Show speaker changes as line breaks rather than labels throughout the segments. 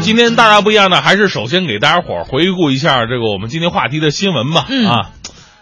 今天大大不一样呢，还是首先给大家伙儿回顾一下这个我们今天话题的新闻吧。
嗯
啊，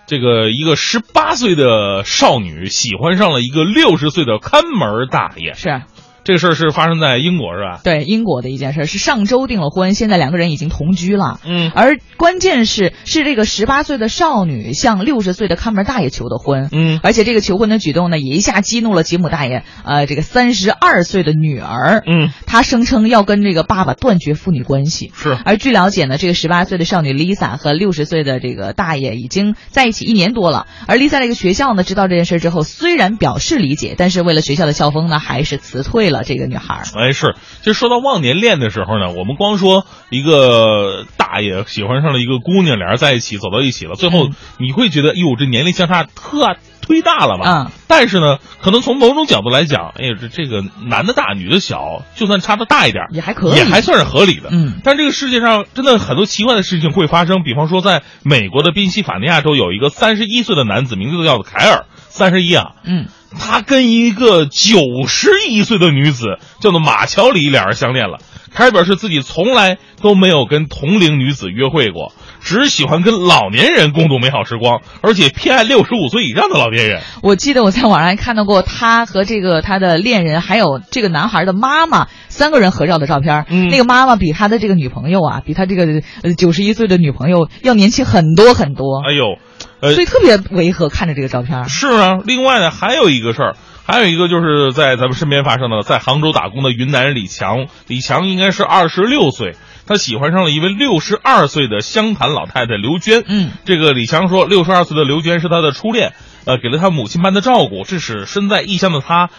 这个一个十八岁的少女喜欢上了一个六十岁的看门大爷，
是啊
这个事儿是发生在英国是吧？
对英国的一件事，是上周订了婚，现在两个人已经同居了。
嗯
而关键是，是这个十八岁的少女向六十岁的看门大爷求的婚，
嗯，
而且这个求婚的举动呢，也一下激怒了吉姆大爷。呃，这个三十二岁的女儿，
嗯，
她声称要跟这个爸爸断绝父女关系。
是
而据了解呢，这个十八岁的少女 Lisa 和六十岁的这个大爷已经在一起一年多了。而 Lisa 这个学校呢，知道这件事之后，虽然表示理解，但是为了学校的校风呢，还是辞退了这个女孩儿。
哎是。其实说到忘年恋的时候呢，我们光说一个大爷喜欢上了一个姑娘，俩人在一起走到一起了，最后
嗯
你会觉得，哎哟，这年龄相差特忒大了吧？
嗯，
但是呢，可能从某种角度来讲，哎，这这个男的大，女的小，就算差的大一点儿，
也还可以，
也还算是合理的。
嗯
但这个世界上真的很多奇怪的事情会发生，比方说在美国的宾夕法尼亚州有一个三十一岁的男子，名字叫凯尔，三十一啊，
嗯，
他跟一个九十一岁的女子叫做马乔里，俩人相恋了。凯尔表示自己从来都没有跟同龄女子约会过，只喜欢跟老年人共度美好时光，而且偏爱六十五岁以上的老年人。
我记得我在网上还看到过他和这个他的恋人，还有这个男孩的妈妈三个人合照的照片儿。
嗯
那个妈妈比他的这个女朋友啊，比他这个呃九十一岁的女朋友要年轻很多很多，
哎呦，呃，
所以特别违和。看着这个照片儿，
是啊，另外呢，还有一个事儿，还有一个就是在咱们身边发生的，在杭州打工的云南人李强，李强应该是二十六岁，他喜欢上了一位六十二岁的湘潭老太太刘娟。
嗯，
这个李强说，六十二岁的刘娟是他的初恋，呃，给了他母亲般的照顾，这使身在异乡的他。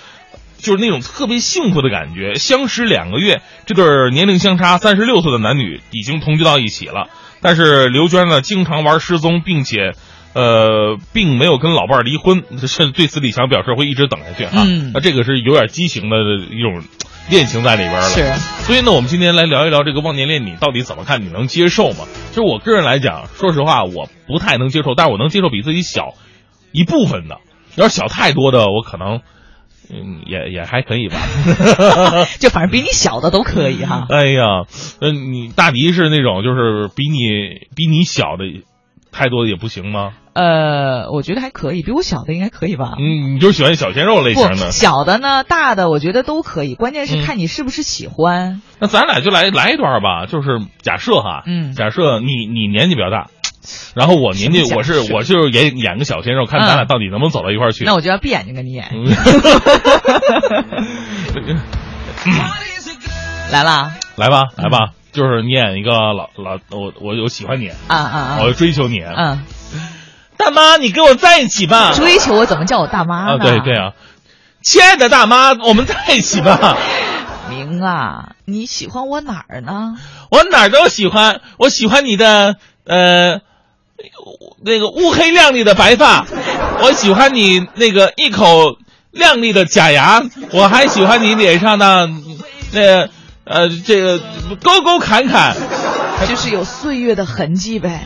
就是那种特别幸福的感觉。相识两个月，这对儿年龄相差三十六岁的男女已经同居到一起了。但是刘娟呢，经常玩失踪，并且，呃，并没有跟老伴儿离婚。是对此，李强表示会一直等下去啊。
嗯
那这个是有点激情的一种恋情在里边了。
是。
所以呢，我们今天来聊一聊这个忘年恋，你到底怎么看？你能接受吗？就是我个人来讲，说实话，我不太能接受，但是我能接受比自己小一部分的。要是小太多的，我可能，嗯，也也还可以吧。
就反正比你小的都可以哈。
哎呀，那你大迪是那种就是比你比你小的太多的也不行吗？
呃，我觉得还可以，比我小的应该可以吧。
嗯，你就喜欢小鲜肉类型
不，
的。
小的呢，大的我觉得都可以，关键是
嗯
看你是不是喜欢。
那咱俩就来来一段吧，就是假设哈，
嗯
假设你你年纪比较大，然后我年纪
什么
我
假
是
设
我就是演演个小鲜肉，看咱俩
嗯
到底能不能走到一块儿去。
那我就要闭眼睛跟你演。
嗯
来啦，
来吧，来吧，就是你演一个老老我我我喜欢你，
啊啊
我追求你，
啊，
大妈，你跟我在一起吧
嗯，追求我怎么叫我大妈
啊，
呢？
对对啊，亲爱的大妈，我们在一起吧。
明啊，你喜欢我哪儿呢？
我哪儿都喜欢，我喜欢你的呃，那个乌黑亮丽的白发，我喜欢你那个一口亮丽的假牙，我还喜欢你脸上的那呃这个沟沟坎坎。
就是有岁月的痕迹呗。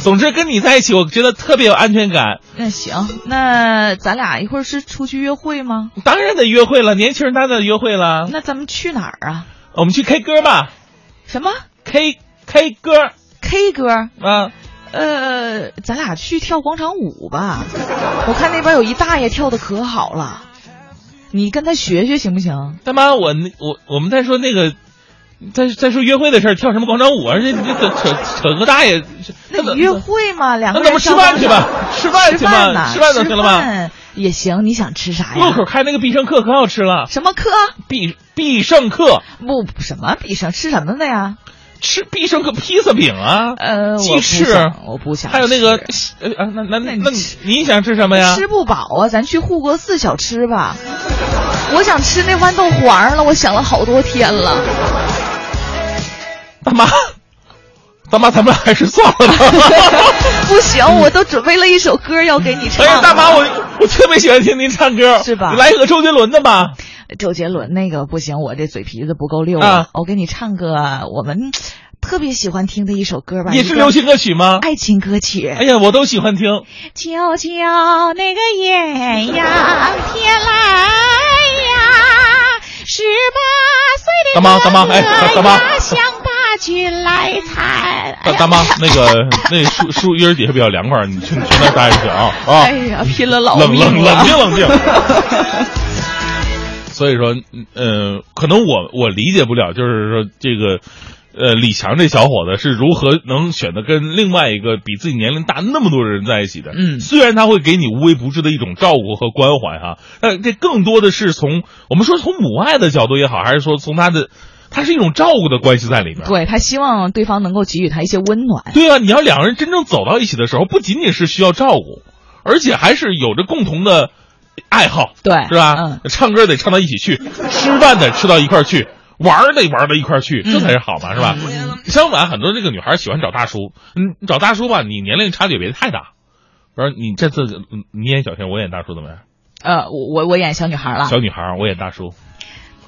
总之，跟你在一起，我觉得特别有安全感。
那行，那咱俩一会儿是出去约会吗？
当然得约会了，年轻人当然得约会了。
那咱们去哪儿啊？
我们去 K 歌吧
什么
，K K 歌
K 歌？
啊，
呃，咱俩去跳广场舞吧。我看那边有一大爷跳的可好了，你跟他学学行不行？
大妈，我那我我们在说那个，在在说约会的事儿，跳什么广场舞啊？这这这扯扯个大爷，
那
怎
你约会嘛，两个
那
人
咱们吃饭去吧
上广场，
吃饭去
吃
吧，
呐
吃饭就行了吧？哦
饭也行，你想吃啥
路口
呀？
开那个必胜客可好吃了，
什么课？
必必胜客
不什么必胜吃什么的呀？
吃必胜客披萨饼啊，
呃，我
鸡
不
翅
想我不想吃。
还有那个呃啊，那那
那
那那
你吃
你想吃什么呀？
吃不饱啊，咱去护国寺小吃吧。我想吃那豌豆黄了，我想了好多 天了。
大妈，大妈，咱们还是算了吧。
不行，我都准备了一首歌要给你唱。
哎呀，大妈，我我特别喜欢听您唱歌，
是吧
来一个周杰伦的吧。
周杰伦那个不行，我这嘴皮子不够溜
啊
我给你唱个我们特别喜欢听的一首歌吧，
也
一
是
个
流行歌曲吗？
爱情歌 曲。
哎呀，我都喜欢听。
悄悄那个艳阳天来呀，
十八岁的
大妈大妈
我
哎大妈
呀想把军来参。哎
大
呀
大妈，那个 那树树荫儿底下比较凉快，你去去那儿待着去啊啊！
哎呀，拼了老
冷
命了！
冷冷静冷静。 所以说，呃，可能我我理解不了，就是说这个，呃，李强这小伙子是如何能选择跟另外一个比自己年龄大那么多的人在一起的。
嗯
虽然他会给你无微不至的一种照顾和关怀哈、但这更多的是从我们说从母爱的角度也好，还是说从他的，他是一种照顾的关系在里面。
对他希望对方能够给予他一些温暖。
对啊，你要两个人真正走到一起的时候，不仅仅是需要照顾，而且还是有着共同的爱好，
对
是吧？
嗯
唱歌得唱到一起去，吃饭得吃到一块儿去，玩儿得玩儿到一块儿去，这才是好嘛，是吧？
嗯
相反，很多这个女孩喜欢找大叔，嗯，找大叔吧，你年龄差距也别太大。我说你这次嗯你演小天，我演大叔怎么样？
呃，我我我演小女孩了。
小女孩我演大叔，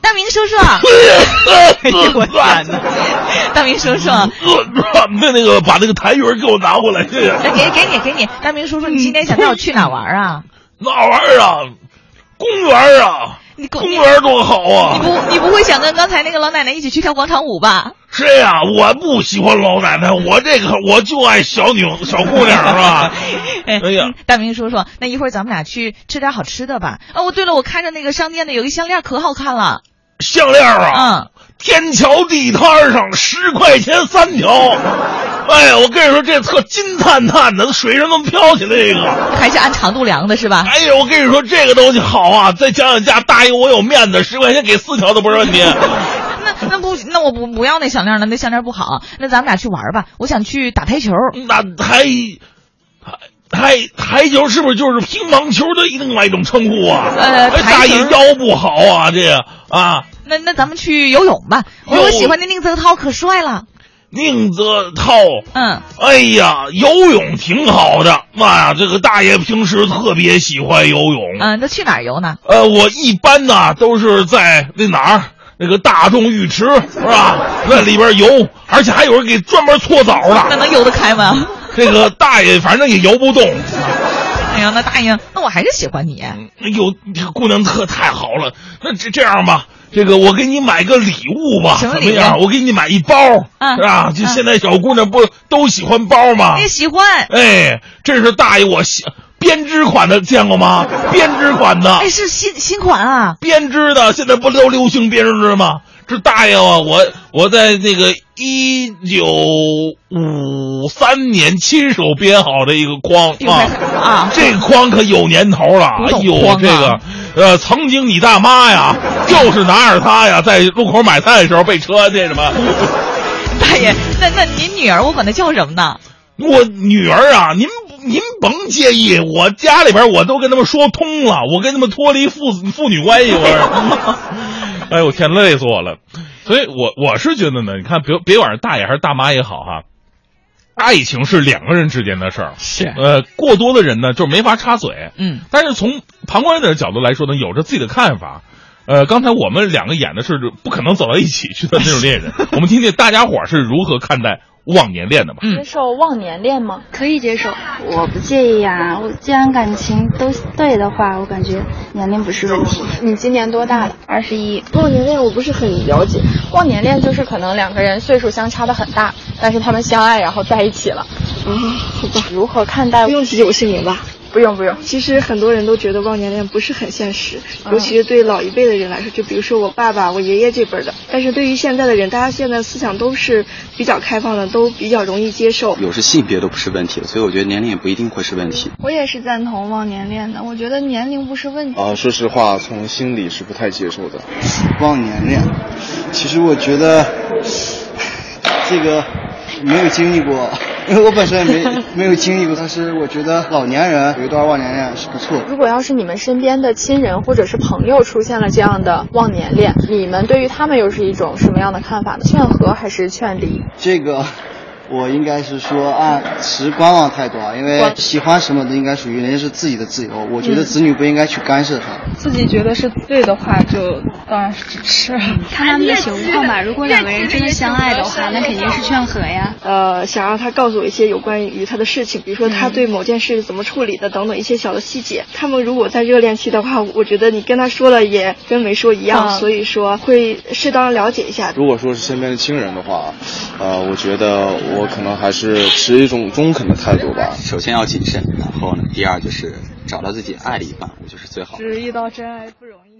大 明叔叔， 哎呦我天哪！ 大明叔叔，
那那个把那个痰盂给我拿回来，谢谢。
来给给你给你，大明叔叔，你今天想带我去哪玩啊？
哪玩意儿啊？公园啊？
你给我
公园多好
你
啊！
不你不会想跟刚才那个老奶奶一起去跳广场舞吧？
谁呀、我不喜欢老奶奶，我这个我就爱小女小姑娘，是 吧？哎呀，
嗯大明叔叔，那一会儿咱们俩去吃点好吃的吧。哦，对了，我看着那个商店的有一项链可好看了。
项链啊，
嗯，
天桥地摊上十块钱三条。哎呀，我跟你说，这特金灿灿的，水上能飘起来这个。
嗯还是按长度量的是吧？
哎呀，我跟你说，这个东西好啊！再想想家答应我有面子，十块钱给四条都不是问题。
那那不行，那我不不要那项链了，那项链不好。那咱们俩去玩吧，我想去打台球。
那台台台球是不是就是乒乓球的另外一种称呼啊？
呃
哎
台
大
球
爷腰不好啊，这个啊，
那那咱们去游泳吧，我
游
我喜欢的宁泽涛可帅了。
宁泽涛。
嗯，
哎呀，游泳挺好的，妈呀，这个大爷平时特别喜欢游泳。
嗯，那去哪儿游呢？
呃，我一般呢都是在那哪儿，那个大众浴池是吧？在里边游，而且还有人给专门搓澡
那
的。
能游得开吗？
这个大爷反正也游不动。
哎呀，那大爷，那我还是喜欢你。
哎呦，这姑娘特太好了。那这这样吧，这个我给你买个礼物吧，怎
什么
么
礼物
样？我给你买一包，
嗯
是吧？就现在小姑娘不都喜欢包吗？
你喜欢？
哎，这是大爷我喜编织款的，见过吗？编织款的
哎，，是新新款啊。
编织的，现在不都流行编织吗？这大爷啊，我我在那个一九五三年亲手编好的一个 筐啊。
哎啊，
这筐可有年头了，
古
哎
董
呦，
筐啊
这个，呃，曾经你大妈呀，就是拿着它呀，在路口买菜的时候被车那什么，
大爷，那那您女儿我管她叫什么呢？
我女儿啊，您您甭介意，我家里边我都跟他们说通了，我跟他们脱离父子父女关系，我是。哎呦我天，累死我了！所以我我是觉得呢，你看，别别管是大爷还是大妈也好哈，爱情是两个人之间的事儿，
是
呃，过多的人呢就没法插嘴，
嗯，
但是从旁观者的角度来说呢，有着自己的看法。呃，刚才我们两个演的是不可能走到一起去的那种恋人，我们听听大家伙儿是如何看待忘年恋的吧。
接受忘年恋吗？
可以接受，我不介意呀、我既然感情都对的话，我感觉年龄不是问题。
你今年多大了？
二十一，
忘年恋我不是很了解，忘年恋就是可能两个人岁数相差的很大，但是他们相爱然后在一起了。
嗯，好吧，
如何看待
不？用举九姓名吧。
不用不用，
其实很多人都觉得忘年恋不是很现实，
嗯
尤其是对老一辈的人来说，就比如说我爸爸、我爷爷这辈儿的。但是对于现在的人，大家现在思想都是比较开放的，都比较容易接受。
有时性别都不是问题，所以我觉得年龄也不一定会是问题。
我也是赞同忘年恋的，我觉得年龄不是问题。
啊，说实话，从心里是不太接受的。
忘年恋，其实我觉得这个没有经历过，因为我本身也没没有经历过，但是我觉得老年人有一段忘年恋是不错的。
如果要是你们身边的亲人或者是朋友出现了这样的忘年恋，你们对于他们又是一种什么样的看法呢？劝和还是劝离？
这个我应该是说按持观望态度啊，因为喜欢什么的应该属于人家是自己的自由，我觉得子女不应该去干涉他。
自己觉得是对的话，就当然是支持。
看他们的情况吧，如果两个人真的相爱的话，那肯定是劝和呀。
呃，想让他告诉我一些有关于他的事情，比如说他
嗯
对某件事怎么处理的等等一些小的细节。他们如果在热恋期的话，我觉得你跟他说了也跟没说一样，
嗯
所以说会适当了解一下。
如果说是身边的亲人的话，呃，我觉得我可能还是持一种中肯的态度吧。
首先要谨慎，然后呢，第二就是找到自己爱的一半，我就是最好的。
只是遇到真爱不容易。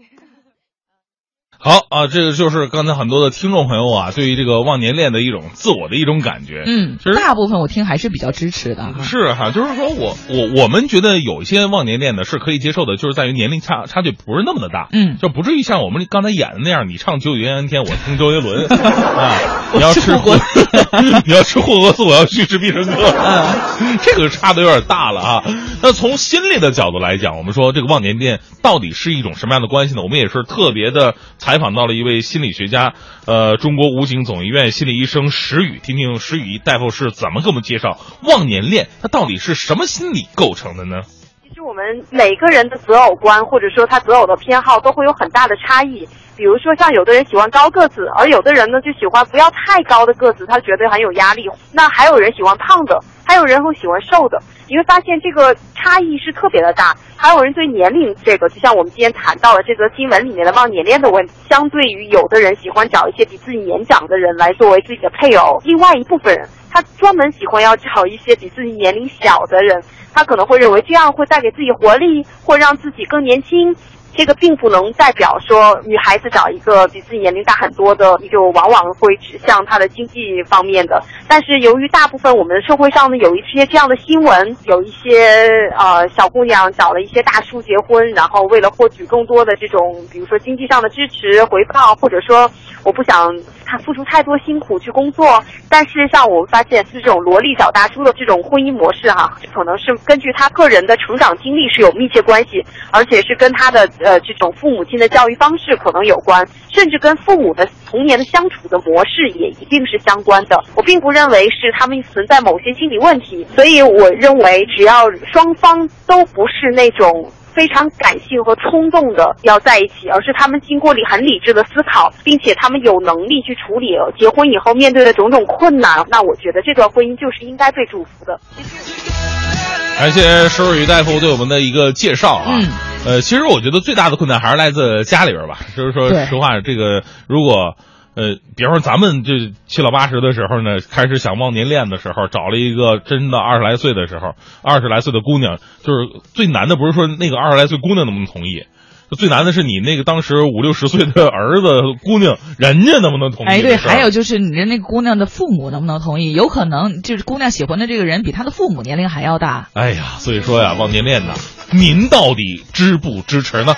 好啊，这个就是刚才很多的听众朋友啊，对于这个忘年恋的一种自我的一种感觉。
嗯
其实，嗯
大部分我听还是比较支持的。
是哈、就是说我我我们觉得有一些忘年恋的是可以接受的，就是在于年龄差差距不是那么的大，
嗯
就不至于像我们刚才演的那样，你唱九九延安天，我听周杰伦啊，你要吃混， 你要吃混合素，我要去吃必胜客，这个差的有点大了啊。那从心理的角度来讲，我们说这个忘年恋到底是一种什么样的关系呢？我们也是特别的采访到了一位心理学家，呃，中国武警总医院心理医生石宇，听听石宇大夫是怎么给我们介绍忘年恋它到底是什么心理构成的呢？
其实我们每个人的择偶观，或者说他择偶的偏好，都会有很大的差异。比如说，像有的人喜欢高个子，而有的人呢就喜欢不要太高的个子，他觉得很有压力。那还有人喜欢胖的，还有人会喜欢瘦的。你会发现这个差异是特别的大。还有人对年龄这个，就像我们今天谈到了这则新闻里面的忘年恋的问题，相对于有的人喜欢找一些比自己年长的人来作为自己的配偶，另外一部分人他专门喜欢要找一些比自己年龄小的人，他可能会认为这样会带给自己活力，会让自己更年轻。这个并不能代表说女孩子找一个比自己年龄大很多的，你就往往会指向她的经济方面的。但是由于大部分我们社会上呢有一些这样的新闻，有一些呃小姑娘找了一些大叔结婚，然后为了获取更多的这种，比如说经济上的支持回报，或者说我不想她付出太多辛苦去工作，但事实上我们发现是这种萝莉找大叔的这种婚姻模式哈、可能是根据她个人的成长经历是有密切关系，而且是跟他的呃这种父母亲的教育方式可能有关，甚至跟父母的童年的相处的模式也一定是相关的。我并不认为是他们存在某些心理问题，所以我认为只要双方都不是那种。非常感性和冲动的要在一起，而是他们经过理很理智的思考，并且他们有能力去处理结婚以后面对的种种困难。那我觉得这段婚姻就是应该被祝福的。
感谢石宇大夫对我们的一个介绍啊。
嗯
呃，其实我觉得最大的困难还是来自家里边吧，就是说
对
实话，这个如果。呃，比方说咱们就七老八十的时候呢，开始想忘年恋的时候，找了一个真的二十来岁的时候，二十来岁的姑娘，就是最难的不是说那个二十来岁姑娘能不能同意，最难的是你那个当时五六十岁的儿子姑娘，人家能不能同意？
哎，对，
这事儿
还有就是你的那个姑娘的父母能不能同意？有可能就是姑娘喜欢的这个人比她的父母年龄还要大。
哎呀，所以说呀，忘年恋呐，您到底支不支持呢？